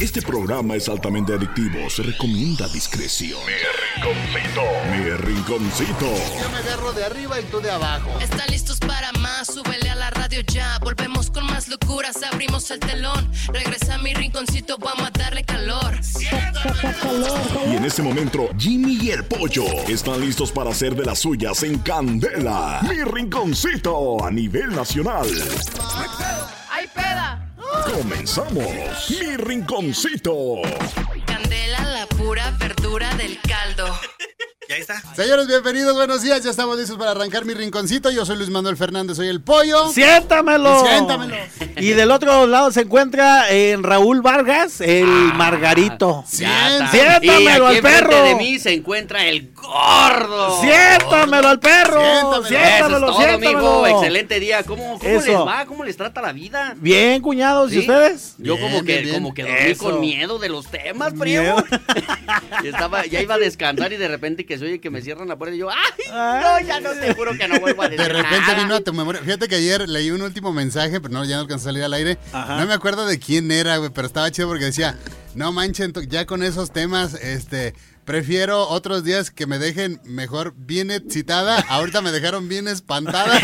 Este programa es altamente adictivo. Se recomienda discreción. Mi rinconcito. Mi rinconcito. Yo me agarro de arriba y tú de abajo. Están listos para más, súbele a la radio ya. Volvemos con más locuras, abrimos el telón. Regresa a mi rinconcito, vamos a darle calor. Y en este momento, Jimmy y el Pollo están listos para hacer de las suyas en Candela. Mi rinconcito a nivel nacional. ¡Ay, peda! Comenzamos. Mi rinconcito. Candela, la pura verdura del caldo. Ya está. Señores, bienvenidos, buenos días. Ya estamos listos para arrancar mi rinconcito. Yo soy Luis Manuel Fernández, soy el pollo. ¡Siéntamelo! Siéntamelo. Y del otro lado se encuentra en Raúl Vargas, el Ah. Margarito. Cien- está. Siéntamelo Y aquí al enfrente perro. de mí se encuentra el gordo. ¡Siéntamelo al perro! Siéntamelo. ¡Siéntamelo, Eso siéntamelo! es todo, amigo. Excelente día. ¿Cómo, cómo Eso. les va? ¿Cómo les trata la vida? Bien, cuñados, ¿Sí? ¿y ustedes? Yo Bien, como que bien, bien. como que dormí Eso. con miedo de los temas, primo. Miedo. Y estaba, ya iba a descansar y de repente que se oye que me cierran la puerta y yo, ¡ay! Ay. No, ya no, te juro que no vuelvo a decir De repente nada. vino a tu memoria. Fíjate que ayer leí un último mensaje, pero no, ya no alcanzó a salir al aire. Ajá. No me acuerdo de quién era, güey, pero estaba chido porque decía, no manchen, to- ya con esos temas, este, prefiero otros días que me dejen mejor bien excitada. Ahorita me dejaron bien espantada.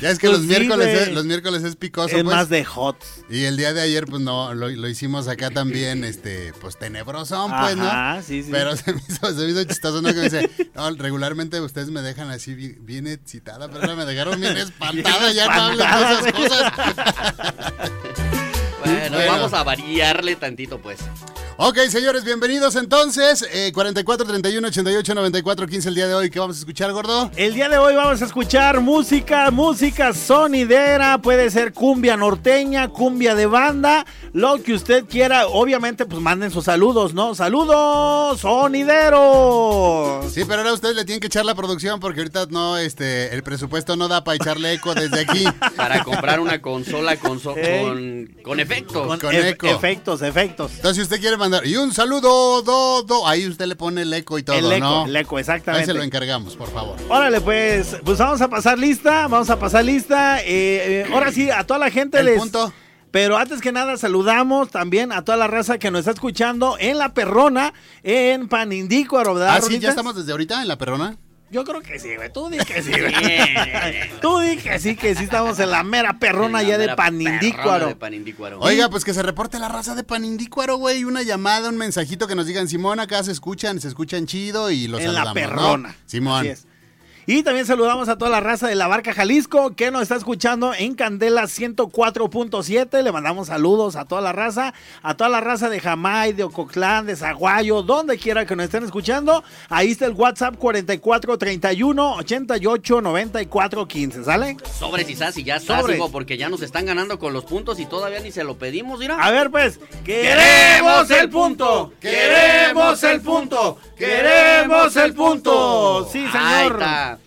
ya es que Pues los, sí, miércoles güey. es, los miércoles es picoso, Es pues. más de hot. Y el día de ayer, pues no, lo, lo hicimos acá también, este, pues tenebrosón, pues, ¿no? Ajá, sí, sí. Pero se me hizo, se me hizo chistoso, ¿no? Que me dice, "No, regularmente ustedes me dejan así bi- bien, excitada, pero ahora me dejaron bien espantada, ya no hablen de esas cosas. Bueno, Bueno. vamos a variarle tantito, pues. ok, señores, bienvenidos entonces. Eh, 44 31 88 94 15 el día de hoy. ¿Qué vamos a escuchar, gordo? El día de hoy vamos a escuchar música, música sonidera, puede ser cumbia norteña, cumbia de banda, lo que usted quiera. Obviamente, pues manden sus saludos, ¿no? ¡Saludos sonideros! Sí, pero ahora ustedes le tienen que echar la producción porque ahorita no, este, el presupuesto no da para echarle eco desde aquí. Para comprar una consola con, so- Ey. con, con efectos. Con Con ef- eco. Efectos, efectos. Entonces, si usted quiere mandar, y un saludo, do, do, ahí usted le pone el eco y todo, el eco, ¿no? el eco, Ahí exactamente. se lo encargamos, por favor. Órale, pues, pues vamos a pasar lista, vamos a pasar lista. Eh, eh, ahora sí, a toda la gente El les. punto. Pero antes que nada, saludamos también a toda la raza que nos está escuchando en La Perrona, en Panindícuaro, ¿verdad? Ah, sí, Rolitas? ya estamos desde ahorita en la perrona. Yo creo que sí, güey. Tú di que sí, güey. Tú di que sí, que sí estamos en la mera perrona La ya de mera perrona Panindícuaro. de Panindícuaro. Oiga, pues que se reporte la raza de Panindícuaro, güey. Una llamada, un mensajito que nos digan, Simón, acá se escuchan, se escuchan chido y los en la saludamos. ¿no? perrona. Simón. Así es. Y también saludamos a toda la raza de la Barca Jalisco que nos está escuchando en Candela 104.7. Le mandamos saludos a toda la raza, a toda la raza de Jamay, de Ocotlán, de Zaguayo, donde quiera que nos estén escuchando. Ahí está el WhatsApp 4431 88 94 15, ¿sale? Sobres y sas y ya Sobres. sásigo, porque ya nos están ganando con los puntos y todavía ni se lo pedimos, mira. A ver, pues, ¡Queremos el punto! ¡Queremos el punto! ¡Queremos el punto! Sí, Ahí señor. está.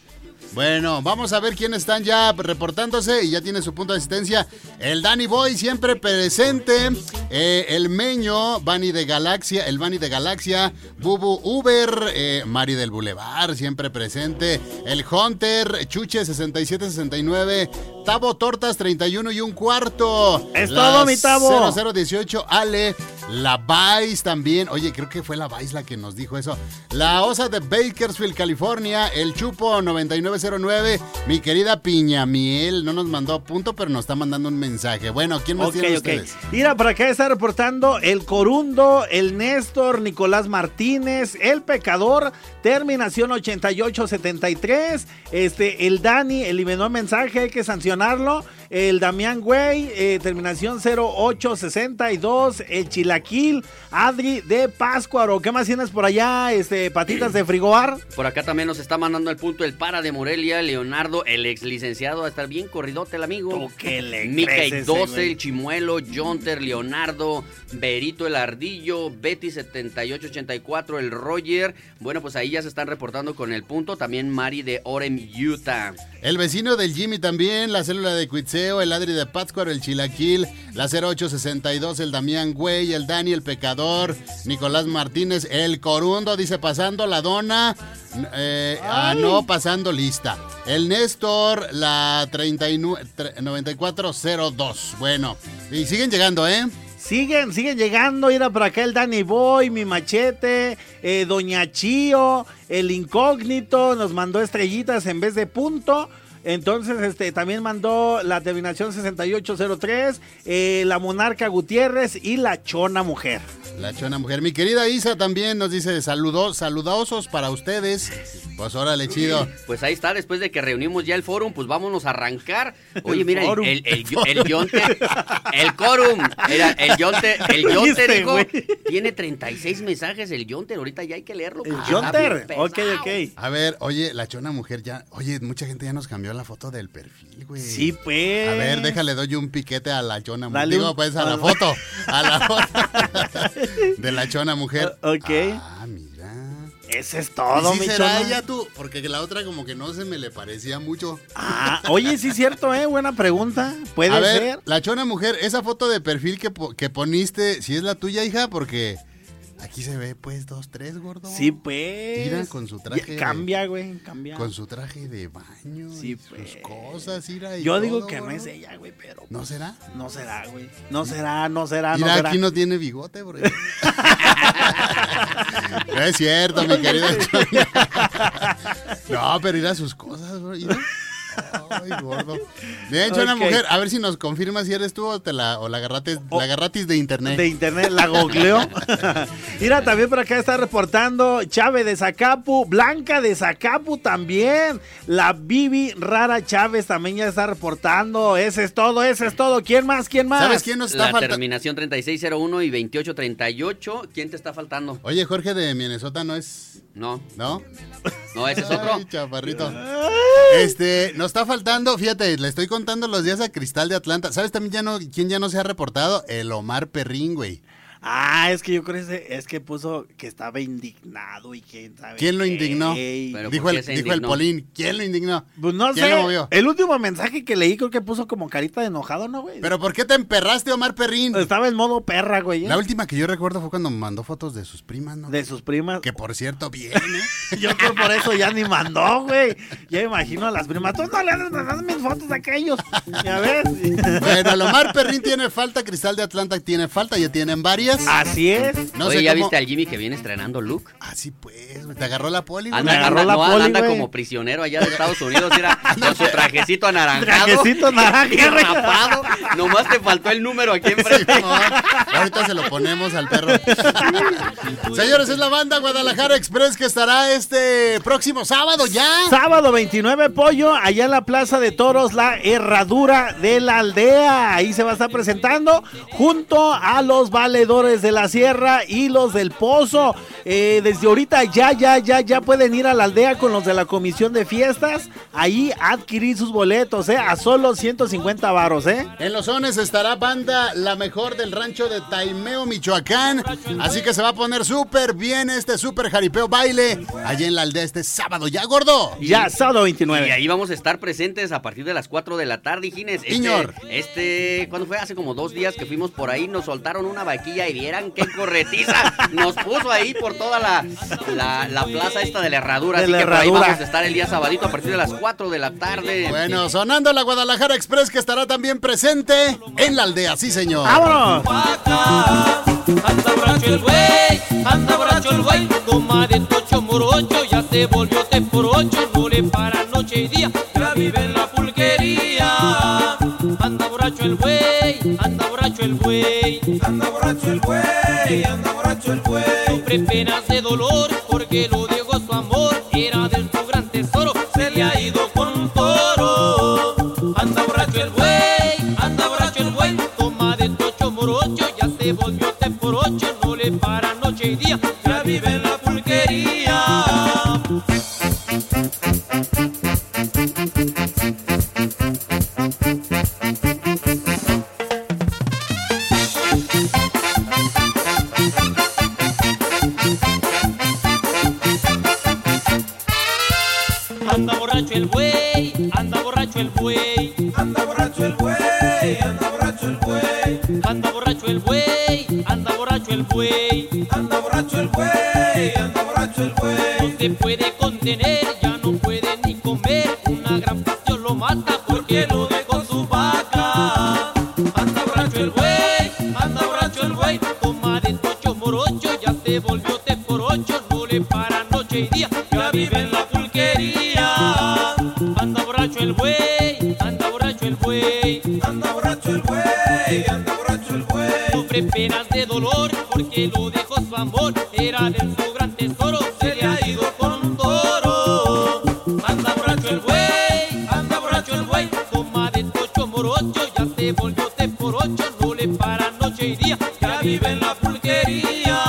Bueno, vamos a ver quiénes están ya reportándose y ya tiene su punto de asistencia. El Danny Boy siempre presente. eh, el Meño, Bani de Galaxia, el Bani de Galaxia, Bubu Uber, eh, Mari del Boulevard siempre presente. El Hunter, Chuche 6769, Tabo Tortas 31 y un cuarto. Es todo, mi Tabo. 0018, Ale, la Vice también. Oye, creo que fue la Vice la que nos dijo eso. La Osa de Bakersfield, California, el Chupo 9909, mi querida Piñamiel, no nos mandó punto, pero nos está mandando un mensaje. Bueno, ¿quién más Ok, tiene ok. ustedes? Mira, por acá está reportando el Corundo, el Néstor, Nicolás Martínez, el Pecador, terminación 8873, este, el Dani eliminó el mensaje, hay que sancionarlo. el Damián Güey, eh, terminación 0862, el Chilaquil, Adri de Páscuaro. ¿Qué más tienes por allá? Este, patitas de frigobar. Por acá también nos está mandando el punto el para de Morelia, Leonardo, el ex licenciado, va a estar bien corridote el amigo. ¿Tú qué le Mica crees y ese, 12, güey? el Chimuelo, Jonter, Leonardo, Berito el Ardillo, Betty 7884, el Roger. Bueno, pues ahí ya se están reportando con el punto. También Mari de Orem, Utah. El vecino del Jimmy también, la célula de Cuitzeo, el Adri de Pátzcuaro, el Chilaquil, la 0862, el Damián Güey, el Dani, el Pecador, Nicolás Martínez, el Corundo, dice pasando la dona, n- eh, ah, no, pasando lista. El Néstor, la 39 tre- 9402. Bueno, y siguen llegando, ¿eh? Siguen, siguen llegando. Mira por acá el Danny Boy, mi machete, eh, Doña Chío, el incógnito, nos mandó estrellitas en vez de punto. Entonces, este, también mandó la terminación 6803, eh, la monarca Gutiérrez y la chona mujer. La chona mujer. Mi querida Isa también nos dice saludos, saludosos para ustedes. Pues órale, chido. Pues ahí está, después de que reunimos ya el forum, pues vámonos a arrancar. Oye, El mira, el, forum. el, el, el Yonte, el quórum, era el Yonte, el Yonter, Este, dijo, güey. tiene 36 mensajes el Yonter, ahorita ya hay que leerlo. El Ah, porque está bien Jonter. Ok, pesado. ok. A ver, oye, la chona mujer ya. Oye, mucha gente ya nos cambió la foto del perfil, güey. Sí, pues. A ver, déjale, doy un piquete a la chona mujer. Dale un- Digo, pues a la foto. A la foto de la chona mujer. Ah, ok. Ah, mira. Ese es ¿Y todo, sí Oh, mi será chona. ella tú? Porque la otra como que no se me le parecía mucho. Ah, oye, sí es cierto, ¿eh? Buena pregunta. Puede A ver, ser. la chona mujer, esa foto de perfil que, po- que poniste, si es la tuya, hija, porque aquí se ve pues dos, tres, gordo. Sí, pues. Mira, con su traje de- Ya cambia, güey, cambia. Con su traje de baño Sí, y pues. sus cosas, ira, y Yo digo todo, que no gordo. es ella, güey, pero. pues, ¿No será? No será, güey. No será, no será, Ah, no Mira, será. aquí no tiene bigote, bro. no es cierto, mi querido Chona. No, pero ir a sus cosas, bro. mira. Ay, gordo. De hecho, una Ok. mujer, a ver si nos confirma si eres tú o, te la, o la, agarrates, O- la agarratis de internet. De internet, la googleó. Mira, también por acá está reportando Chávez de Zacapu, Blanca de Zacapu también. La Bibi Rara Chávez también ya está reportando. Ese es todo, ese es todo. ¿Quién más? ¿Quién más? ¿Sabes quién nos está La faltando? terminación 3601 y 2838, ¿quién te está faltando? Oye, Jorge de Minnesota no es. No, ¿No? no, ese es otro. Ay, chaparrito. Este, nos está faltando, fíjate, le estoy contando los días a Cristal de Atlanta. ¿Sabes también ya no, quién ya no se ha reportado? El Omar Perrín, güey. Ah, es que yo creo que es que puso que estaba indignado y quién sabe. ¿Quién lo qué. indignó? Pero Dijo ¿por el, qué se dijo el indignó? Polín. ¿Quién lo indignó? Pues no ¿Quién sé. lo movió? El último mensaje que leí creo que puso como carita de enojado, ¿no, güey? ¿Pero por qué te emperraste, Omar Perrín? Estaba en modo perra, güey. ¿eh? La última que yo recuerdo fue cuando mandó fotos de sus primas, ¿no? De sus primas. Que por cierto, bien, ¿eh? Yo creo por eso ya ni mandó, güey. Ya me imagino a las primas. Tú no le andas mandando mis fotos a aquellos. Ya ves. Bueno, el Omar Perrín tiene falta, Cristal de Atlanta tiene falta, ya tienen varias. Así es. No Oye, sé ¿ya cómo- viste al Jimmy que viene estrenando look? Así pues, güey, te agarró la poli, güey. Anda, Me agarró anda- la no, poli, anda güey. como prisionero allá de Estados Unidos, mira, con su trajecito anaranjado. Trajecito naranja, güey. rapado. Nomás te faltó el número aquí enfrente. Simón. Ahorita se lo ponemos al perro. Señores, es la banda Guadalajara Express que estará este próximo sábado ya. Sábado 29, Pollo, allá en la Plaza de Toros, la herradura de la aldea. Ahí se va a estar presentando junto a los valedores de la sierra y los del pozo. Eh, desde ahorita ya, ya, ya, ya pueden ir a la aldea con los de la comisión de fiestas. Ahí adquirir sus boletos, ¿eh? A solo 150 varos, ¿eh? En los ones estará banda La Mejor del Rancho de Taimeo, Michoacán. Así que se va a poner súper bien este súper jaripeo baile allá en la aldea este sábado ya, gordo. Ya, sábado Y 29. ahí vamos a estar presentes a partir de las 4 de la tarde, Gines. Señor. Este, este, ¿cuándo fue? Hace como dos días que fuimos por ahí, nos soltaron una vaquilla y vieran qué corretiza nos puso ahí por toda la, la, la plaza esta de la herradura. De Así la que por herradura. ahí vamos a estar el día sabadito a partir de las 4 de la tarde. Bueno, sonando la Guadalajara Express que estará también presente en la aldea, sí señor. ¡Vámonos! Acá, anda borracho el güey, anda borracho el güey, comadre tocho morocho, ya te volvió te por ocho, no le para noche y día, ya vive en la pulquería. Anda borracho el güey, anda borracho el güey, anda borracho el güey, anda borracho el güey. Sufre penas de dolor porque lo dejó su amor, era de su gran tesoro, se le ha ido con un toro. Anda borracho el güey. te volvió te por ocho, no le para noche y día, ya vive en la pulquería. Anda borracho el buey, anda borracho el buey, Anda borracho el güey, anda borracho el güey, anda borracho el buey, anda borracho el buey. anda borracho el güey, anda borracho el No güey, se puede contener, ya no puede ni comer. Una gran pasión lo mata porque lo ve con su vaca. Anda borracho el güey, anda borracho el güey. Toma de tocho morocho, ya se volvió te por ocho. No le para noche y día, ya vive en la pulquería. Anda borracho el güey, anda borracho el güey. anda borracho el güey, anda borracho el güey, Sobre penas de dolor, porque lo dejó su amor. Era de su gran tesoro, se le ha ido con un toro. Anda borracho el güey, anda borracho el güey. Toma de tocho morocho, ya se volvió te por ocho. No le para noche y día, ya vive en la pulquería.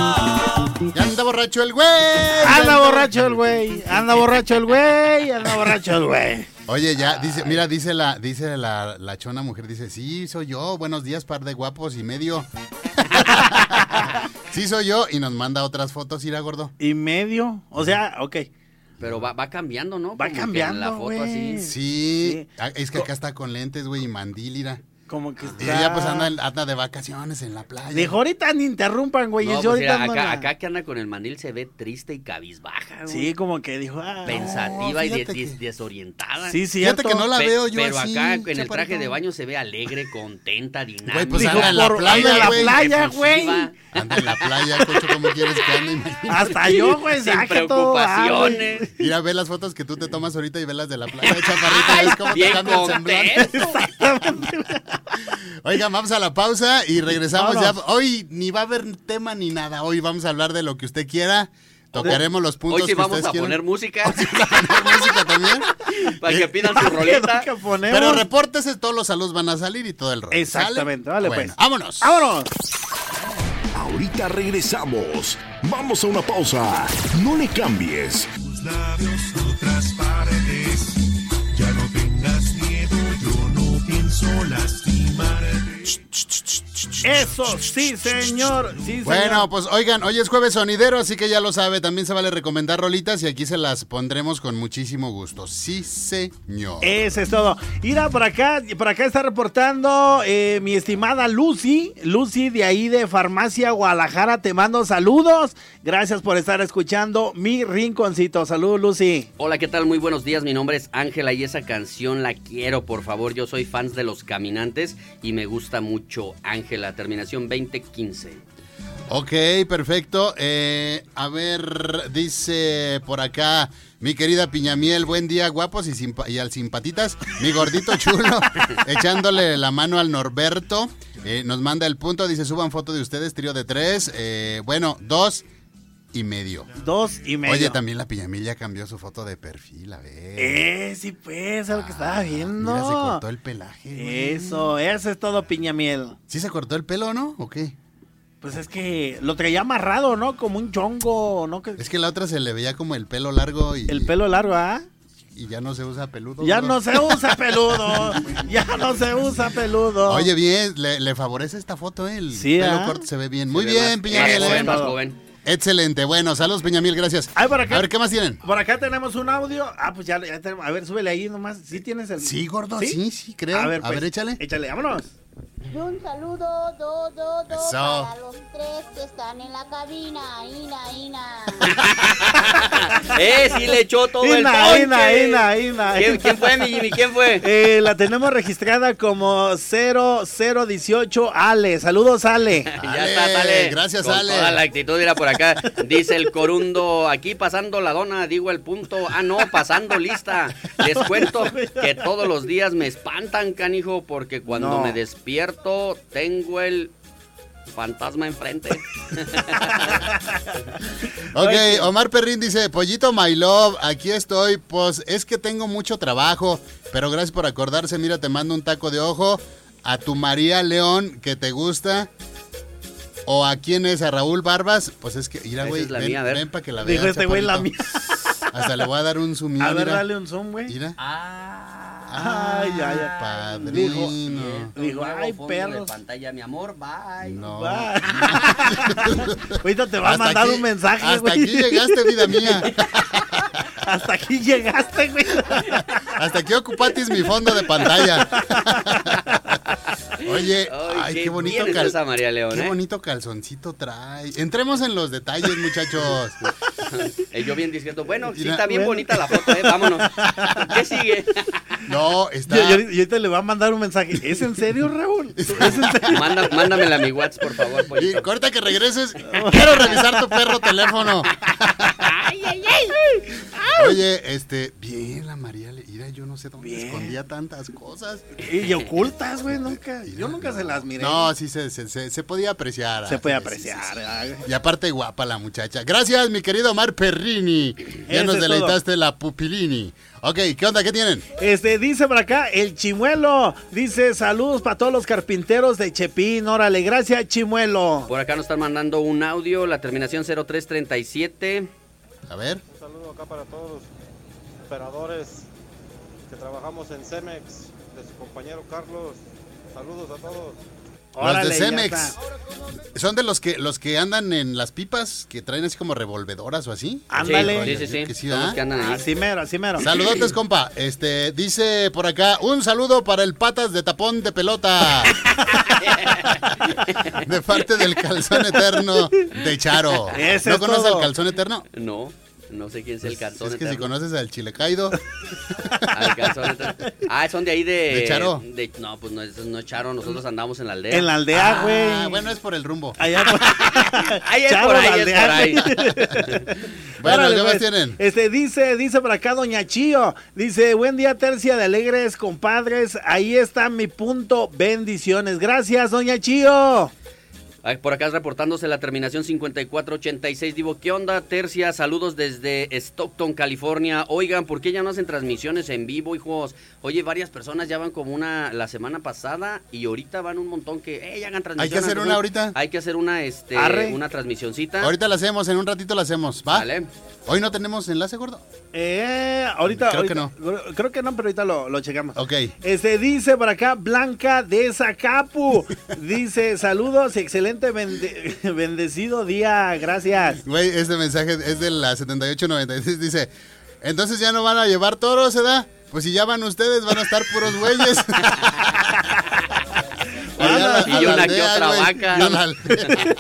Ya anda borracho el güey. Anda borracho el güey, anda borracho el güey, anda borracho el güey. Oye, ya, dice, mira, dice la, dice la, la chona mujer, dice, sí, soy yo, buenos días, par de guapos y medio. sí, soy yo, y nos manda otras fotos, ira gordo. Y medio, o sea, ok. Pero va, va cambiando, ¿no? Va Como que cambiando, en la foto güey. así. Sí, Sí. ah, es que acá está con lentes, güey, y mandil, ira. Como que Y está... ella pues anda, anda de vacaciones en la playa. Dijo, ahorita ni interrumpan, güey. No, yo pues mira, ahorita ando en acá, la- acá que anda con el mandil se ve triste y cabizbaja, güey. Sí, como que dijo... ah, Pensativa y de- fíjate des- que- desorientada. Sí, Fíjate cierto. que no la Pe- veo yo Pero así. acá en el traje chaparrito. de baño se ve alegre, contenta, dinámica. Güey, pues Dijo, anda en la por- playa, anda en la güey. playa, güey. Efusiva. Anda en la playa, cocho, como quieres que ande? Imagínate. Hasta yo, güey, Sin saca todo, ah, güey. preocupaciones. Mira, ve las fotos que tú te tomas ahorita y ve las de la playa, chaparrita, ves cómo te Bien cambia el semblante. contento. Oiga, vamos a la pausa y regresamos Vámonos. ya. Hoy ni va a haber tema ni nada. Hoy vamos a hablar de lo que usted quiera. Tocaremos los puntos Hoy sí que vamos ustedes a poner quieran. música Poner música también. para que pidan su Ah, roleta. que ponemos. Pero repórtese, todos los saludos van a salir y todo el rollo. ¿sale? Exactamente, vale, Bueno, pues. Vámonos. ¡Vámonos! Ahorita regresamos. Vamos a una pausa. No le cambies. tus labios otras partes. Ya no tengas miedo, yo no pienso lastimarte. Eso, sí, señor. Sí, señor. Bueno, pues oigan, hoy es jueves sonidero, así que ya lo sabe, también se vale recomendar rolitas y aquí se las pondremos con muchísimo gusto. Sí, señor. Eso es todo. Mira, por acá, por acá está reportando eh, mi estimada Lucy. Lucy de ahí de Farmacia Guadalajara, te mando saludos. Gracias por estar escuchando mi rinconcito. Saludos, Lucy. Hola, ¿qué tal? Muy buenos días. Mi nombre es Ángela y esa canción la quiero, por favor. Yo soy fans de Los Caminantes y me gusta mucho Ángela. Terminación 2015. Ok, perfecto. Eh, a ver, dice por acá mi querida Piñamiel, buen día, guapos y, simpa- y al simpatitas. Mi gordito chulo, echándole la mano al Norberto. Eh, nos manda el punto, dice, suban foto de ustedes, trío de tres. Eh, bueno, dos y medio. Dos y medio. Oye, también la Piñamiel ya cambió su foto de perfil, a ver. Eh, sí, pues, es lo que estaba Ah, viendo. Mira, se cortó el pelaje. Eh. güey. Eso, eso es todo, Piñamiel. ¿Sí se cortó el pelo, no? ¿O qué? Pues es que lo traía amarrado, ¿no? Como un chongo, ¿no? Que- Es que la otra se le veía como el pelo largo y, El pelo largo, ¿ah? y ya no se usa peludo. Ya bro. no se usa peludo. ya no se usa peludo. Oye, bien, le, le favorece esta foto, ¿eh? El Sí, pelo ¿ah? corto se ve bien. Muy Se ve bien, más- Piñamiel. Más ¿eh? joven, más Todo. joven. Excelente. Bueno, saludos, Piñamiel, gracias. Ay, para acá. A ver, ¿qué más tienen? Por acá tenemos un audio. Ah, pues ya, ya tenemos. A ver, súbele ahí nomás. ¿Sí tienes el.? Sí, gordo, sí, sí, creo. A ver, pues, échale. Échale, vámonos. Un saludo, do, do, do, Eso. para los tres que están en la cabina, Ina, Ina. ¡Eh! Sí le echó todo el Ina, ponche. Ina, Ina, Ina. ¿Quién, quién fue, mi Jimmy? ¿Quién fue? Eh, la tenemos registrada como 0018 Ale. Saludos, Ale. Ya está, sale. Gracias, Con Ale. Toda la actitud era por acá. Dice el corundo, aquí pasando la dona, digo el punto. Ah, no, pasando lista. Les cuento que todos los días me espantan, canijo, porque cuando No. me despierto tengo el fantasma enfrente. Ok, Omar Perrín dice, Pollito My Love, aquí estoy, pues es que tengo mucho trabajo, pero gracias por acordarse, mira, te mando un taco de ojo a tu María León, que te gusta, o a quién es, a Raúl Barbas, pues es que, mira, Esa güey, es la ven, mía, a ver. ven para que la veas. Dijo este güey, la chaparrito. Hasta le voy a dar un zoom. A ver, dale un zoom, güey. Mira. Ah, Ay, ay, ay. Padrino. Digo, ay, perros. pantalla, mi amor, bye. No. Ahorita te va a Hasta mandar aquí- un mensaje, hasta güey. aquí llegaste, vida mía. hasta aquí llegaste, güey. Hasta aquí ocupatis mi fondo de pantalla. Oye, ay, Ay, qué qué, bonito bien está cal- esa María León, Qué ¿eh? bonito calzoncito trae. Entremos en los detalles, muchachos. Eh, yo bien discreto. Bueno, sí Mira, está bien bueno. bonita la foto, eh. Vámonos. ¿Qué sigue? No, Y, está. y- y ahorita le va a mandar un mensaje. ¿Es en serio, Raúl? ¿Es en serio? Mándame mándamela a mi WhatsApp, por favor. pues. Y Pollito. ahorita que regreses, quiero revisar tu perro teléfono. Oye, este, bien la María Le- Mira, yo no sé dónde Bien. escondía tantas cosas. Y, y ocultas, güey, nunca. Yo nunca se las miré. No, sí se, se, se- se podía apreciar. se ah, puede sí, sí, sí, apreciar. ¿verdad, güey? Y aparte guapa la muchacha. Gracias, mi querido Omar Perrini. Ya Eso nos es deleitaste la pupilini. Ok, ¿qué onda? ¿Qué tienen? Este, dice por acá el chimuelo. Dice saludos para todos los carpinteros de Chepín. Órale, gracias, chimuelo. Por acá nos están mandando un audio, la terminación 0337. A ver. Un saludo acá para todos los operadores que trabajamos en Cemex, de su compañero Carlos. Saludos a todos. Órale, los ya de Cemex. está. Son de los que los que andan en las pipas, que traen así como revolvedoras o así. Ándale. Sí, sí, sí. Que sí, Son los ¿ah? que andan ahí. Así mero, así mero. Saludotes, compa. Este, dice por acá, un saludo para el patas de tapón de pelota. de parte del calzón eterno de Charo. Eso ¿No es conoces todo. al calzón eterno? No, no sé quién es el calzón. es que si eterno. conoces al chilecaido, Al calzón eterno. Ah, son de ahí de. ¿De Charo? de- no, pues no, es- no es Charo, nosotros andamos en la aldea. En la aldea, güey. Ah, bueno, es por el rumbo. Allá por- Ahí es Chavo, por la ahí, es por aldea, ahí. Bueno, Órale, ¿qué más pues. tienen? Este, dice, dice por acá Doña Chío. Dice, buen día, tercia de alegres, compadres. Ahí está mi punto. Bendiciones. Gracias, Doña Chío. Ay, por acá reportándose la terminación 5486. Digo, ¿qué onda? Tercia, saludos desde Stockton, California. Oigan, ¿por qué ya no hacen transmisiones en vivo, hijos? Oye, varias personas ya van como una la semana pasada y ahorita van un montón que, eh, ya hagan transmisiones. hacer una ahorita. Hay que hacer una, este, Arre. una ah. transmisioncita. Ahorita la hacemos, en un ratito la hacemos, ¿va? Vale. Hoy no tenemos enlace, gordo. Eh, ahorita. Creo que ahorita- gr- Creo que no, pero ahorita lo, lo checamos. Ok. Este dice por acá Blanca de Zacapu. Dice, saludos, excelente bende- bendecido día, gracias. Güey, este mensaje es de la 7896. Dice: Entonces ya no van a llevar toros, ¿verdad? Pues si ya van ustedes, van a estar puros güeyes. Allá a la- Y a la una que aldea, otra güey. vaca. Y a la aldea.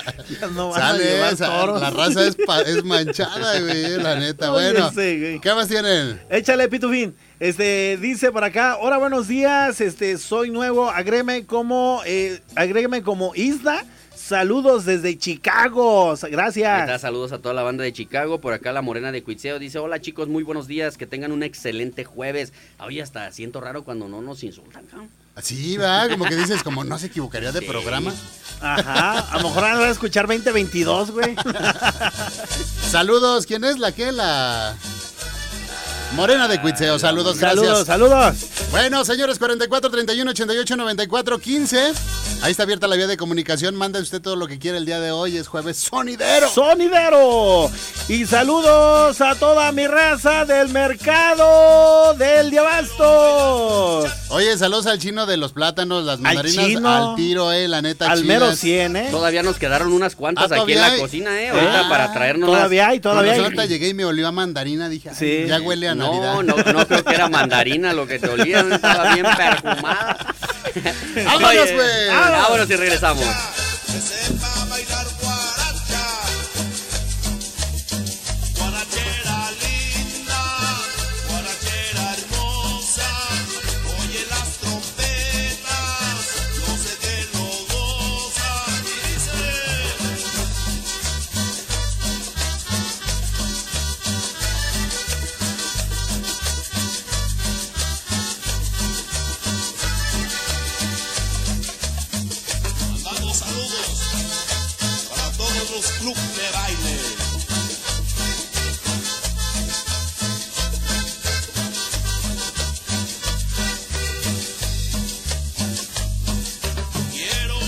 Ya no van a Sale llevar esa- toros. La raza es, pa- es manchada, güey, la neta. Oye, Bueno, ese, güey. ¿qué más tienen? Échale, Pitufín. Este, dice por acá, hola, buenos días, este, soy nuevo, agrégame como, eh, agrégame como Isla. Saludos desde Chicago, sa- Ahí está, gracias. saludos a toda la banda de Chicago. Por acá la morena de Cuitseo dice, hola chicos, muy buenos días, que tengan un excelente jueves. Oye, hasta siento raro cuando no nos insultan, cabrón. Así va, como que dices, como no se equivocaría de programa. Ajá, a lo mejor van a escuchar 2022, güey. Saludos, ¿quién es la que la Morena de Cuitseo? Saludos, saludos, Pues gracias. saludos. Bueno, señores, 44 31 88 94 15. Ahí está abierta la vía de comunicación. Manda usted todo lo que quiera el día de hoy. Es jueves sonidero. Sonidero. Y saludos a toda mi raza del mercado del Diabasto. Oye, saludos al chino de los plátanos, las mandarinas. Al, chino. tiro, eh, la neta. Al chidas. mero 100, ¿eh? Todavía nos quedaron unas cuantas Ah, aquí en todavía la hay. cocina, ¿eh? Ahorita Ah, para traernos Todavía hay, Con todavía razón, hay. ahorita llegué y me olió a mandarina. Dije, ay, Sí. ya huele a No, Navidad. no, no creo que era mandarina lo que te olía, estaba bien perfumada. Vámonos, Oye, pues. Ah, Vámonos y regresamos. Que sepa bailar guaracha. Guarachera linda, guarachera hermosa. Oye las trompetas, no sé qué lo gozan. Y dice. Mandando saludos para todos los clubes de baile. Quiero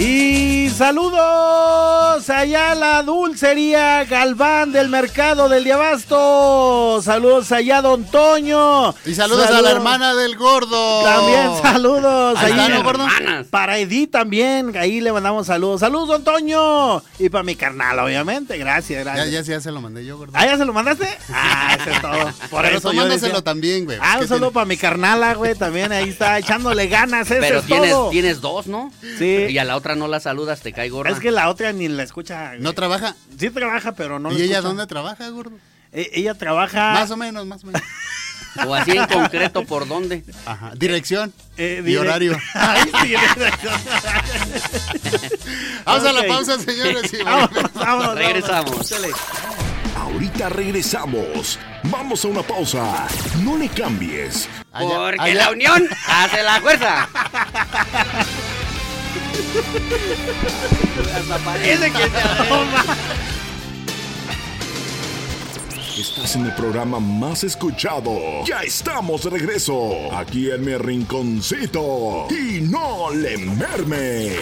Y saludos allá a la dulcería Galván del Mercado del Diabasto. Saludos allá a Don Toño. Y saludos, saludos. a la hermana del gordo. También saludos. Ahí están, gordo. Para Edith también, ahí le mandamos saludos. Saludos, Don Toño. Y para mi carnal, obviamente. Gracias, gracias. Ya, ya, ya se lo mandé yo, gordo. ¿Ah, ya se lo mandaste? Ah, eso es todo. Por Pero eso mándaselo también, güey. Ah, un saludo para mi carnala, güey. También ahí está echándole ganas. Eso Pero es tienes, todo. tienes dos, ¿no? Sí. Y a la otra no la saludas, te cae gorda. Es que la otra ni la escucha. güey. ¿No trabaja? Sí trabaja, pero no ¿Y la ella escucha. dónde trabaja, gordo? E- ella trabaja... Más o menos, más o menos. O así en concreto, ¿por dónde? Ajá. Dirección Eh, y direct- horario. Ay, sí, Vamos a la Ok. pausa, señores. y Vámonos, vámonos, Regresamos. vámonos. Ahorita regresamos. Vamos a una pausa. No le cambies. Allá- Porque allá- la unión hace la fuerza. Parece que Estás en el programa más escuchado. Ya estamos de regreso. Aquí en mi rinconcito. Y no le merme.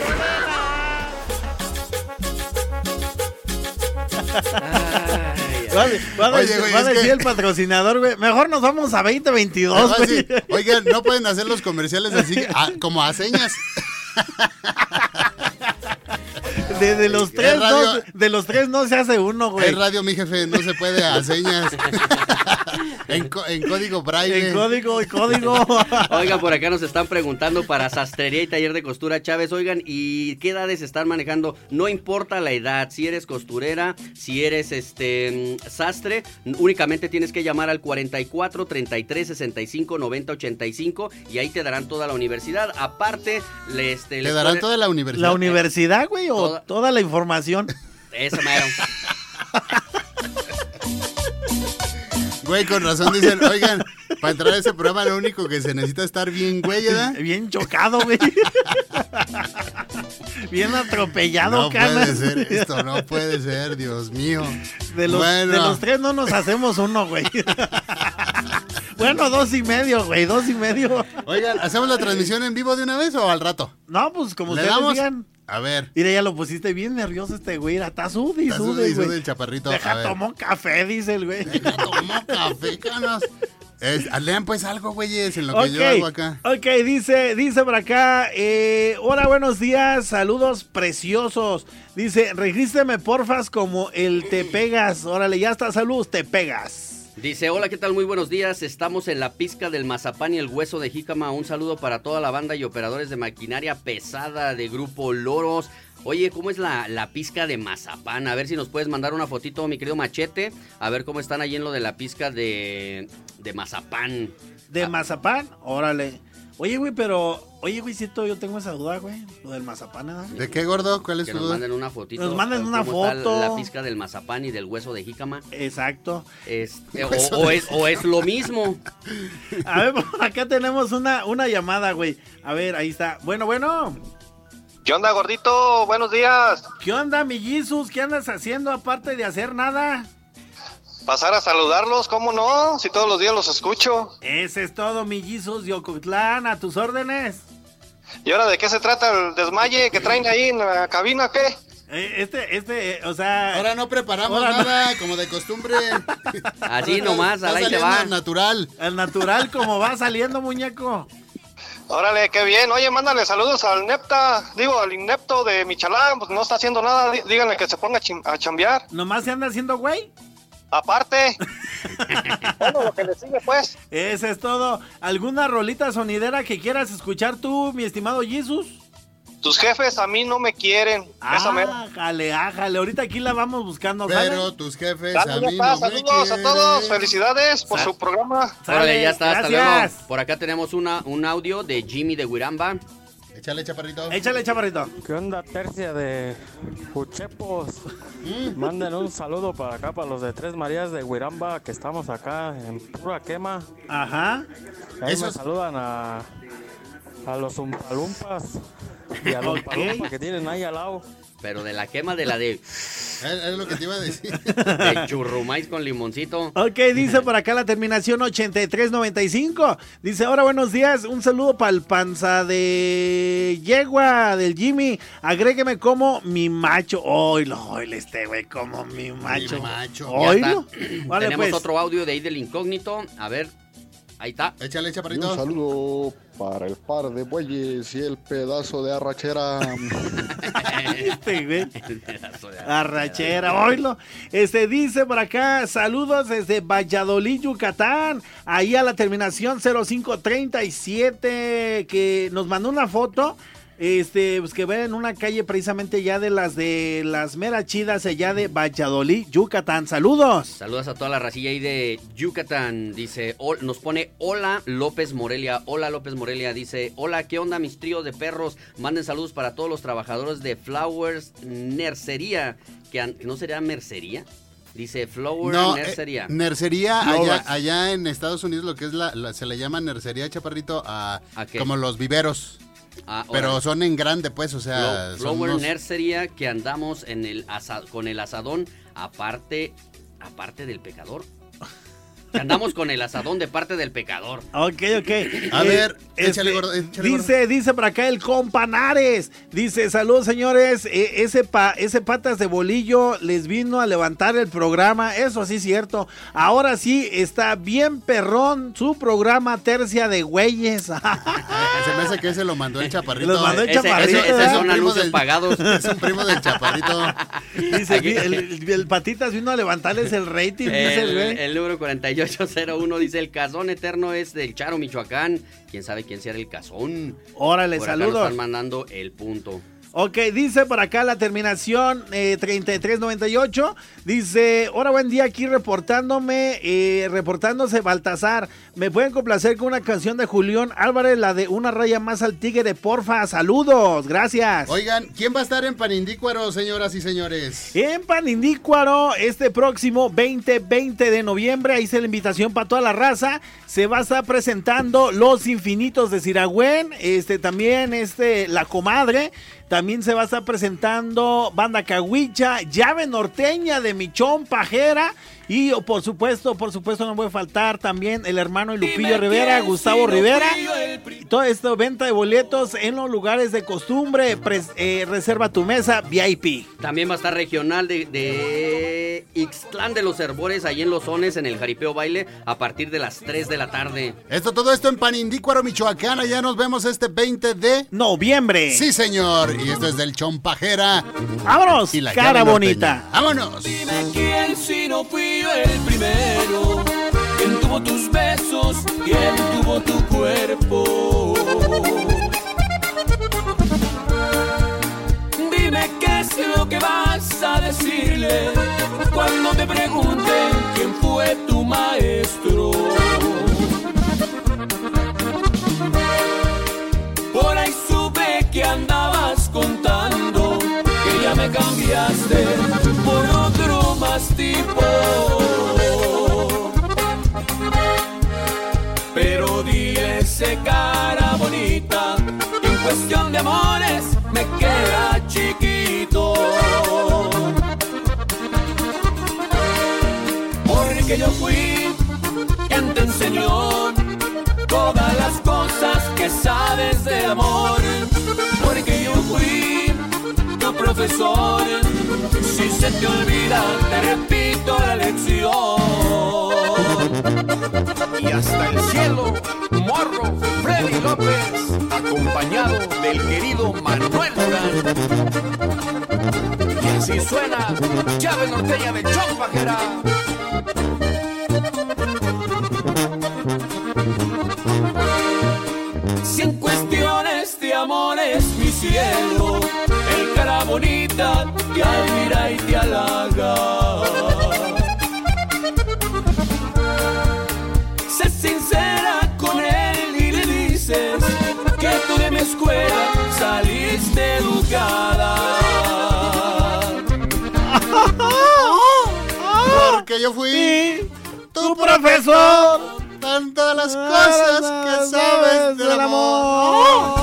Van, van a Oye, decir- güey, van a es decir que- el patrocinador, güey. Mejor nos vamos a 2022, Además, güey. sí, Oigan, no pueden hacer los comerciales así a- como a señas. Desde los Es tres, radio- no, de los tres no se hace uno, güey. En radio, mi jefe, no se puede a señas. en, co- en código braille. En código, en código. Oigan, por acá nos están preguntando para sastrería y taller de costura Chávez. Oigan, ¿y qué edades están manejando? No importa la edad, si eres costurera, si eres este mm, sastre, n- únicamente tienes que llamar al 44 33 65 90 85 y ahí te darán toda la universidad. Aparte, le, este, Le les darán ponen- toda la universidad. La universidad, güey, o Toda- toda la información. Ese mero. Güey, con razón dicen, oigan, para entrar a ese programa lo único que se necesita es estar bien, güey, ¿verdad? Bien chocado, güey. Bien atropellado, No canas. puede ser esto, no puede ser, Dios mío. De los, bueno, de los tres no nos hacemos uno, güey. bueno, dos y medio, güey, dos y medio. Oigan, ¿hacemos la transmisión en vivo de una vez o al rato? No, pues como ¿Le ustedes damos? digan. A ver. Mira, ya lo pusiste bien nervioso este güey. Era, está sude y Está sude sude, y sude güey. el chaparrito, a Deja, ver. tomó café, dice el güey. Tomó café, canas. Es- lean pues algo, güeyes, en lo que Ok, yo hago acá. ok, dice, dice por acá, eh, hola, buenos días, saludos preciosos. Dice, regístreme porfas como el te pegas. Órale, ya está, saludos, te pegas. Dice, hola, ¿qué tal? Muy buenos días. Estamos en la pizca del mazapán y el hueso de jícama. Un saludo para toda la banda y operadores de maquinaria pesada de Grupo Loros. Oye, ¿cómo es la, la pizca de mazapán? A ver si nos puedes mandar una fotito, mi querido Machete. A ver cómo están ahí en lo de la pizca de, de mazapán. ¿De Ah. mazapán? Órale. Oye, güey, pero, oye, güey, siento, yo tengo esa duda, güey, lo del mazapán, ¿eh? ¿De qué, gordo? ¿Cuál es Que tu nos duda? manden una fotito. Nos manden a ver una cómo está foto. la pizca del mazapán y del hueso de jícama. Exacto. Este, o, o es, o es lo mismo. A ver, por acá tenemos una, una llamada, güey. A ver, ahí está. Bueno, bueno. ¿Qué onda, gordito? Buenos días. ¿Qué onda, mi Jesus? ¿Qué andas haciendo aparte de hacer nada? Pasar a saludarlos, ¿cómo no? Si todos los días los escucho. Ese es todo, mi Jesus de Ocotlán, a tus órdenes. ¿Y ahora de qué se trata el desmaye que traen ahí en la cabina? ¿Qué? Eh, Este, este, eh, o sea, Ahora no preparamos Ahora no. nada, como de costumbre. Así nomás, Está al ahí te saliendo va. natural. al natural como va saliendo, muñeco. Órale, qué bien. Oye, mándale saludos al Nepta, digo, al Inepto de Michalán, pues no está haciendo nada. Dí- Díganle que se ponga a, chim- a chambear. Nomás se anda haciendo, güey. Aparte. bueno, lo que le sigue, pues. Ese es todo. ¿Alguna rolita sonidera que quieras escuchar tú, mi estimado Jesus? Tus jefes a mí no me quieren. Ah, Esa mera. ájale, ájale. Ahorita aquí la vamos buscando, ¿sale? Pero tus jefes pues a Dale, ya mí está. no me Saludos a todos. quieren. Felicidades por Sal- su programa. Sale, Órale, ya está, hasta gracias. luego. Por acá tenemos una, un audio de Jimmy de Huiramba. Échale, chaparrito. Échale, chaparrito. ¿Qué onda, tercia de Uchepos? Manden un saludo para acá, para los de Tres Marías de Huiramba, que estamos acá en pura quema. Ajá. Ahí Eso me es- saludan a, a los umpalumpas y a los Ok. palumpas que tienen ahí al lado. Pero de la quema de la de. Es lo que te iba a decir. Te churrumáis con limoncito. Ok, dice por acá la terminación 8395. Dice, ahora buenos días, un saludo para el panza de yegua del Jimmy. Agrégueme como mi macho. Oilo, oilo este güey, como mi macho. Mi macho. Oilo. Ya está. pues. Tenemos otro audio de ahí del incógnito. A ver, ahí está. Échale, Y chaparrito. un saludo para el par de bueyes y el pedazo de arrachera. Este güey. Arrachera, oilo. Este dice por acá, saludos desde Valladolid, Yucatán. Ahí a la terminación 0537, que nos mandó una foto. Este, pues que ve en una calle precisamente ya de las de las meras chidas allá de Valladolid, Yucatán. Saludos. Saludas a toda la racilla ahí de Yucatán. Dice, hol- nos pone hola López Morelia. Hola López Morelia. Dice, hola, ¿qué onda mis tríos de perros? Manden saludos para todos los trabajadores de Flowers Nercería. Que an- no sería mercería. Dice Flower No, eh, Nercería. nercería allá, Flowers. allá en Estados Unidos lo que es la, la- se le llama nercería chaparrito a, qué? como los viveros. Ah, pero órale. son en grande pues, o sea, Flow- son Flower unos- Nercería que andamos en el asa- con el asadón aparte aparte del pecador. Que andamos con el asadón de parte del pecador. Ok, ok. Eh, este, A ver, échale, gordo, échale, Dice, dice por acá el companares. Dice, saludos señores. Eh, ese, pa- ese patas de bolillo les vino a levantar el programa. Eso sí es cierto. Ahora sí está bien perrón su programa Tercia de Güeyes. Se me hace que ese lo mandó el chaparrito. Lo mandó el Ese- chaparrito, ese- ese ¿verdad? es un primo anuncios del- pagados. Es un primo del chaparrito. Dice, vi- el, el- el patitas vino a levantarles el rating. dice el El, güey. el número 4801 dice: El cazón eterno es del Charo, Michoacán. Quién sabe quién será el cazón. Órale, Por acá saludos. nos están mandando el punto. Ok, dice por acá la terminación eh, 3398. Dice, hola, buen día aquí reportándome, eh, reportándose Baltasar. ¿Me pueden complacer con una canción de Julián Álvarez, la de Una raya más al tigre, porfa? Saludos, gracias. Oigan, ¿quién va a estar en Panindícuaro, señoras y señores? En Panindícuaro, este próximo 20-20 de noviembre, ahí se la invitación para toda la raza. Se va a estar presentando Los Infinitos de Siragüen, este también este La Comadre, también se va a estar presentando Banda Cahuicha, Llave Norteña de Michón Pajera. Y oh, por supuesto, por supuesto, no puede faltar también el hermano de Lupillo Rivera, Gustavo Rivera. Y Todo esto, venta de boletos en los lugares de costumbre. Pres- eh, reserva tu mesa VIP. También va a estar regional de, de Ixtlán de los Herbores, ahí en Los Zones, en el Jaripeo Baile, a partir de las 3 de la tarde. Esto, todo esto en Panindícuaro, Michoacán. Allá nos vemos este 20 de noviembre. Sí, señor. Y esto es del Chompajera. Vámonos, y la cara llave bonita. norteña. Vámonos. Dime quién si no fui yo el primero. Quién tuvo tus besos, quién tuvo tu cuerpo. Dime qué es lo que vas a decirle cuando te pregunten quién fue tu maestro. Por ahí supe que andabas contando que ya me cambiaste por otro más tipo. Pero di ese cara bonita que en cuestión de amores me queda chiquito. Porque yo fui quien te enseñó todas las cosas que sabes de amor. Porque yo fui tu profesor. Si se te olvida, te repito la lección. Y hasta el cielo, morro Freddy López, acompañado del querido Manuel Durán. Y así suena Chávez Norteña de Chompajera. Si en cuestiones de amor es mi cielo, el cara bonita te admira y te halaga. Sé sincera con él y le dices que tú de mi escuela saliste educada. Porque yo fui tu profesor. Ah, Tantas las cosas que sabes del amor.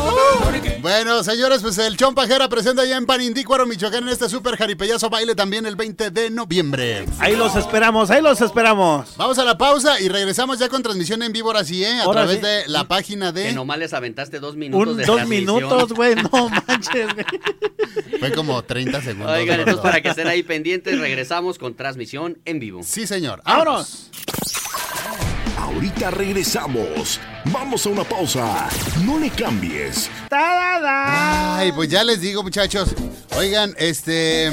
Porque Bueno, señores, pues el Chon Pajera presenta ya en Panindícuaro, Michoacán, en este super jaripellazo baile también el 20 de noviembre. Ahí los esperamos, ahí los esperamos. Vamos a la pausa y regresamos ya con transmisión en vivo, ahora sí, ¿eh? A Ahora través sí. de la página de... Que nomás les aventaste dos minutos Un, de dos transmisión. minutos, güey, no manches, güey. Fue como 30 segundos. Oigan, gordo. entonces para que estén ahí pendientes, regresamos con transmisión en vivo. Sí, señor. ¡Vámonos! Ahorita regresamos. Vamos a una pausa. No le cambies. Ay, pues ya les digo, muchachos. Oigan, este.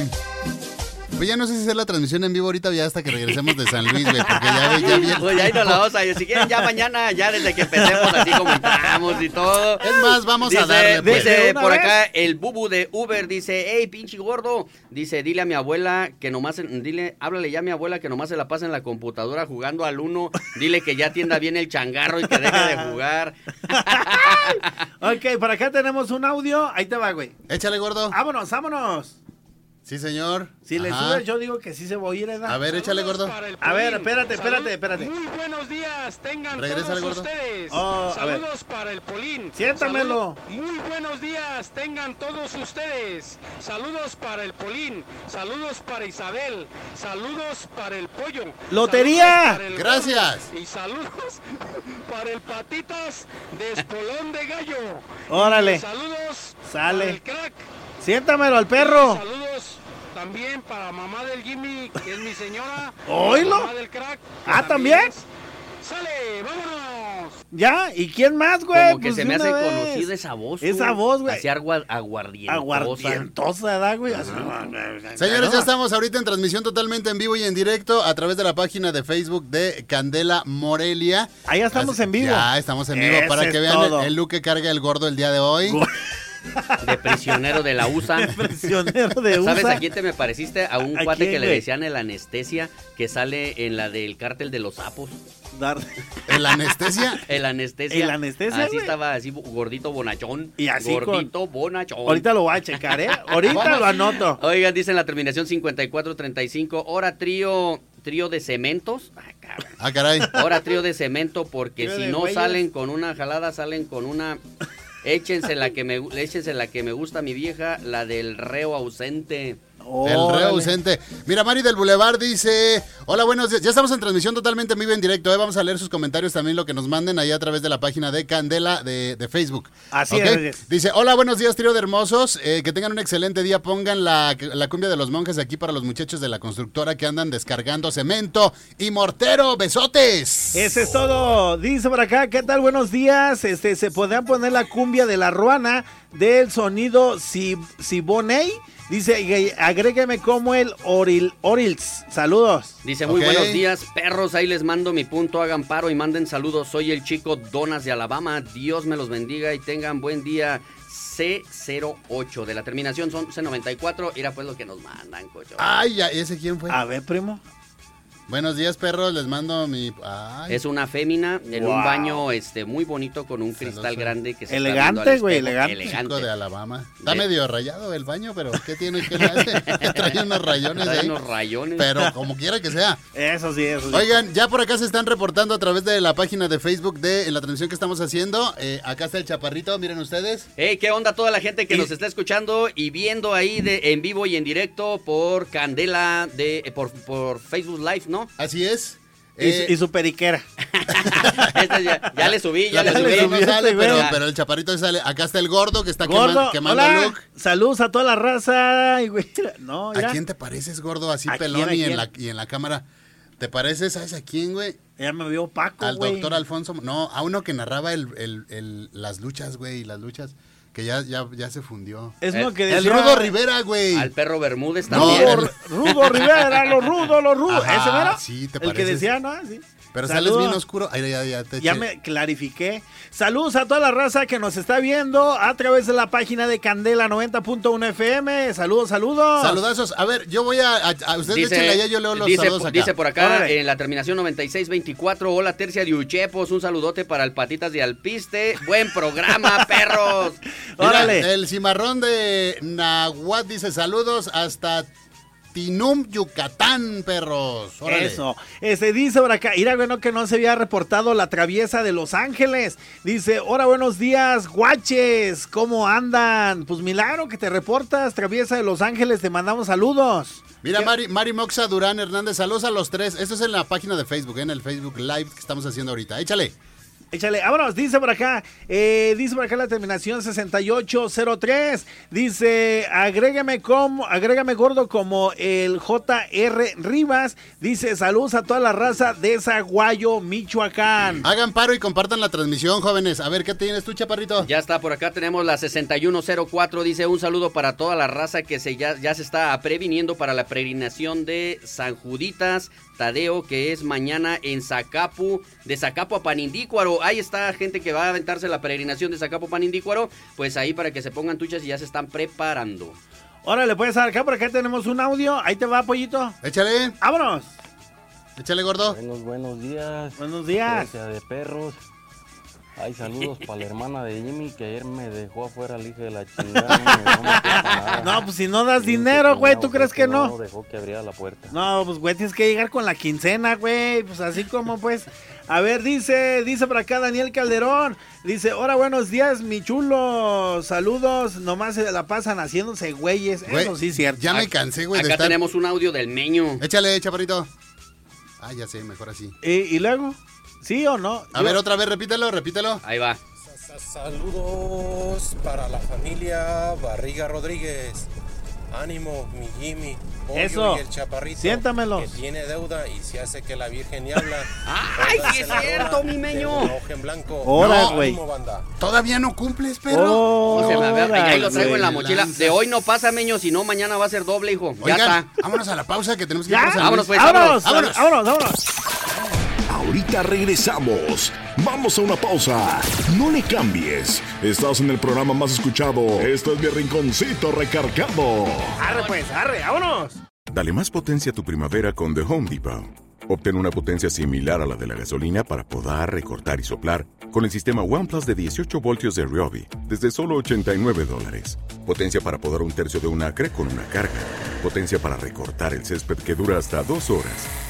Pues ya no sé si hacer la transmisión en vivo ahorita o ya hasta que regresemos de San Luis, güey, porque ya ve- ya vi el Oye, ahí no la tiempo. vamos a ir. Si quieren, ya mañana, ya desde que empecemos, así como entramos y todo. Es más, vamos a Dice- darle, pues. Dice ¿De una por vez? acá el bubu de Uber, dice, hey, pinche gordo. Dice, dile a mi abuela que nomás, en- dile, háblale ya a mi abuela que nomás se la pasa en la computadora jugando al uno. Dile que ya atienda bien el changarro y que deje de jugar. Ok, para acá tenemos un audio. Ahí te va, güey. Échale, gordo. Vámonos, vámonos. Sí, señor. Si le Ajá. subes, yo digo que sí se va a oír, ¿verdad? A ver, échale, gordo. A ver, espérate, espérate, espérate. Muy buenos días, tengan Regrésale, todos gordo. ustedes. Oh, a ver. Saludos para el Polín. Siéntamelo. Saludos- Muy buenos días, tengan todos ustedes. Saludos para el Polín. Saludos para Isabel. Saludos para el Pollo. ¡Lotería! Saludos para el Gracias. Gordo. Y saludos para el Patitas de Espolón de Gallo. Órale. Y Saludos Sale. para el Crack. Siéntamelo al Oh. perro. Saludos también para mamá del Jimmy, que es mi señora. Oílo. Mamá del Crack. que Ah, ¿también? Sale, vámonos. ¿Ya? ¿Y quién más, güey? Como que Pues se de me una hace vez. conocida esa voz. tú. Esa voz, güey. Así agua- aguardientosa. Aguardientosa, ¿verdad, güey? Así- Señores, ya estamos ahorita en transmisión totalmente en vivo y en directo a través de la página de Facebook de Candela Morelia. Ahí ya estamos en vivo. Ya estamos en vivo Ese para es que vean el, todo. el look que carga el gordo el día de hoy. De prisionero de la USA. prisionero de USA. ¿Sabes a quién te me pareciste? A un ¿A- a cuate quién, que le güey? decían el anestesia que sale en la del cártel de los sapos. ¿El anestesia? El anestesia. ¿El anestesia, Así güey? estaba, así bo- gordito bonachón. Y así con- Gordito bonachón. Ahorita lo voy a checar, ¿eh? Ahorita lo anoto. Oigan, dicen la terminación 5435. Hora trío, trío de cementos. Ah, caray. Ahora trío de cemento porque Trío si de no güeyes. salen con una jalada, salen con una... Échense la que me gu- échense la que me gusta mi vieja, la del reo ausente. El reo ausente. Mira, Mari del Boulevard dice: Hola, buenos días. Ya estamos en transmisión totalmente en vivo y en directo. ¿eh? Vamos a leer sus comentarios también, lo que nos manden ahí a través de la página de Candela de, de Facebook. Así ¿Ok? es. Dice: Hola, buenos días, trío de hermosos. Eh, que tengan un excelente día. Pongan la, la cumbia de los monjes aquí para los muchachos de la constructora que andan descargando cemento y mortero. ¡Besotes! Ese es todo. Dice por acá, ¿qué tal? Buenos días. Este, se podrían poner la cumbia de la ruana del sonido Si- Siboney. Dice, y- agrégueme como el oril, Orils. Saludos. Dice, muy Ok. buenos días, perros, ahí les mando mi punto, hagan paro y manden saludos. Soy el chico Donas de Alabama, Dios me los bendiga y tengan buen día. C08 de la terminación son C94, era pues lo que nos mandan, cocho. Ay, ya, ¿ese quién fue? A ver, primo. Buenos días, perros. Les mando mi. ay. Es una fémina en Wow. un baño este muy bonito con un cristal grande que se está Elegante, viendo al güey, espejo. elegante. elegante. Chico de Alabama. Está medio rayado el baño, pero ¿qué tiene que le hace? Trae unos rayones Trae ahí. unos rayones. ¿eh? Pero como quiera que sea. Eso sí, eso sí. Oigan, ya por acá se están reportando a través de la página de Facebook de la transmisión que estamos haciendo. Eh, acá está el chaparrito, miren ustedes. Hey, ¿qué onda toda la gente que nos está escuchando y viendo ahí de, en vivo y en directo por Candela, de, eh, por, por Facebook Live, ¿no? Así es. Y, eh, su- y su periquera. Esta ya, ya le subí, ya, Eh, La le subí. televisora no sale, pero, Ya. pero el chaparrito sale. Acá está el gordo que está este Gordo, queman- quemando hola. look. Saludos a toda la raza. Ay, güey, mira, No, ¿A ya. quién te pareces, gordo? Así ¿A pelón quién, a y, en quién? la, y en la cámara. ¿Te pareces? ¿Sabes a quién, güey? Ya me vio Paco, Al güey. doctor Alfonso. No, a uno que narraba el, el- el- las luchas, güey, las luchas. Que ya, ya, ya se fundió. Es el, uno que El decía- Rudo Rivera, güey. Eh, Al perro Bermúdez No, también. por- Rudo Rivera, lo rudo, lo rudo. Ajá, ¿Ese era? sí, te El que pareces. decía, ¿no? Sí. Pero Saludos. sales bien oscuro. Ay, ya, ya, te Ya eché. me clarifiqué. Saludos a toda la raza que nos está viendo a través de la página de Candela 90.1 FM. Saludos, saludos. Saludazos. A ver, yo voy a. a, a- ustedes pues, échenle allá, yo leo los dice, saludos po- acá. dice por acá, Órale. en la terminación 9624, hola Tercia de Uchepos, un saludote para el Patitas de Alpiste, buen programa, perros. Mira, el cimarrón de Nahuatl dice saludos hasta Platinum Yucatán, perros. Órale. Eso. Este dice por acá, mira, bueno, que no se había reportado la traviesa de Los Ángeles. Dice, hola, buenos días, guaches, ¿cómo andan? Pues milagro que te reportas, traviesa de Los Ángeles, te mandamos saludos. Mira, Mari, Mari Moxa Durán Hernández, saludos a los tres. Esto es en la página de Facebook, ¿eh? en el Facebook Live que estamos haciendo ahorita. Échale. Échale, vámonos, dice por acá, eh, dice por acá la terminación 6803, dice, agrégame como, agrégame gordo como el JR Rivas, dice, saludos a toda la raza de Zaguayo, Michoacán. Hagan paro y compartan la transmisión, jóvenes. A ver, ¿qué tienes tú, chaparrito? Ya está, por acá tenemos la 6104. Dice un saludo para toda la raza que se ya, ya se está previniendo para la peregrinación de San Juditas Tadeo, que es mañana en Zacapu, de Zacapu a Panindícuaro. Ahí está gente que va a aventarse la peregrinación de Zacapu a Panindícuaro. Pues ahí para que se pongan tuchas y ya se están preparando. Órale, puedes acá, por acá tenemos un audio, ahí te va, pollito. Échale, Vámonos. échale, gordo. Buenos, buenos días. Buenos días. Iglesia de perros. Hay saludos para la hermana de Jimmy que ayer me dejó afuera el hijo de la chingada. No, me acuerdo nada. No, pues si no das dinero, güey, ¿tú crees que no? dejó que abriera la puerta. No, pues güey, tienes que llegar con la quincena, güey. Pues así como pues. A ver, dice, dice por acá Daniel Calderón. Dice, hola, buenos días, mi chulo. Saludos. Nomás se la pasan haciéndose güeyes. Güey, Eso sí, cierto. Ah, Ya me cansé, güey, de Acá estar. tenemos un audio del meño. Échale, chaparrito. Ah, ya sé, mejor así. ¿Y, y luego? ¿Sí o no? A ver, otra vez, repítelo, repítelo. Ahí va. Saludos para la familia Barriga Rodríguez. Ánimo, mi Jimmy. Pollo Eso. Y el chaparrito. Siéntamelos. Que tiene deuda y se hace que la Virgen y habla. Ah. ¡Ay, sí es cierto, mi meño! en blanco. Ahora, No, güey. ánimo, banda. Todavía no cumples, perro. Se me había- Órale, Pues, ahí lo traigo en la güey, mochila. lanzas. De hoy no pasa, meño, si no, mañana va a ser doble, hijo. Oigan, ya está. vámonos a la pausa que tenemos que ¿Ya? ir por San Vámonos, Luis. pues, vámonos. vámonos, vámonos, vámonos, vámonos. Ahorita regresamos. Vamos a una pausa. No le cambies. Estás en el programa más escuchado. Esto es mi rinconcito recargado. Arre, pues, arre, vámonos. Dale más potencia a tu primavera con The Home Depot. Obtén una potencia similar a la de la gasolina para podar, recortar y soplar con el sistema OnePlus de 18 voltios de Ryobi desde solo 89 dólares. Potencia para podar un tercio de un acre con una carga. Potencia para recortar el césped que dura hasta dos horas.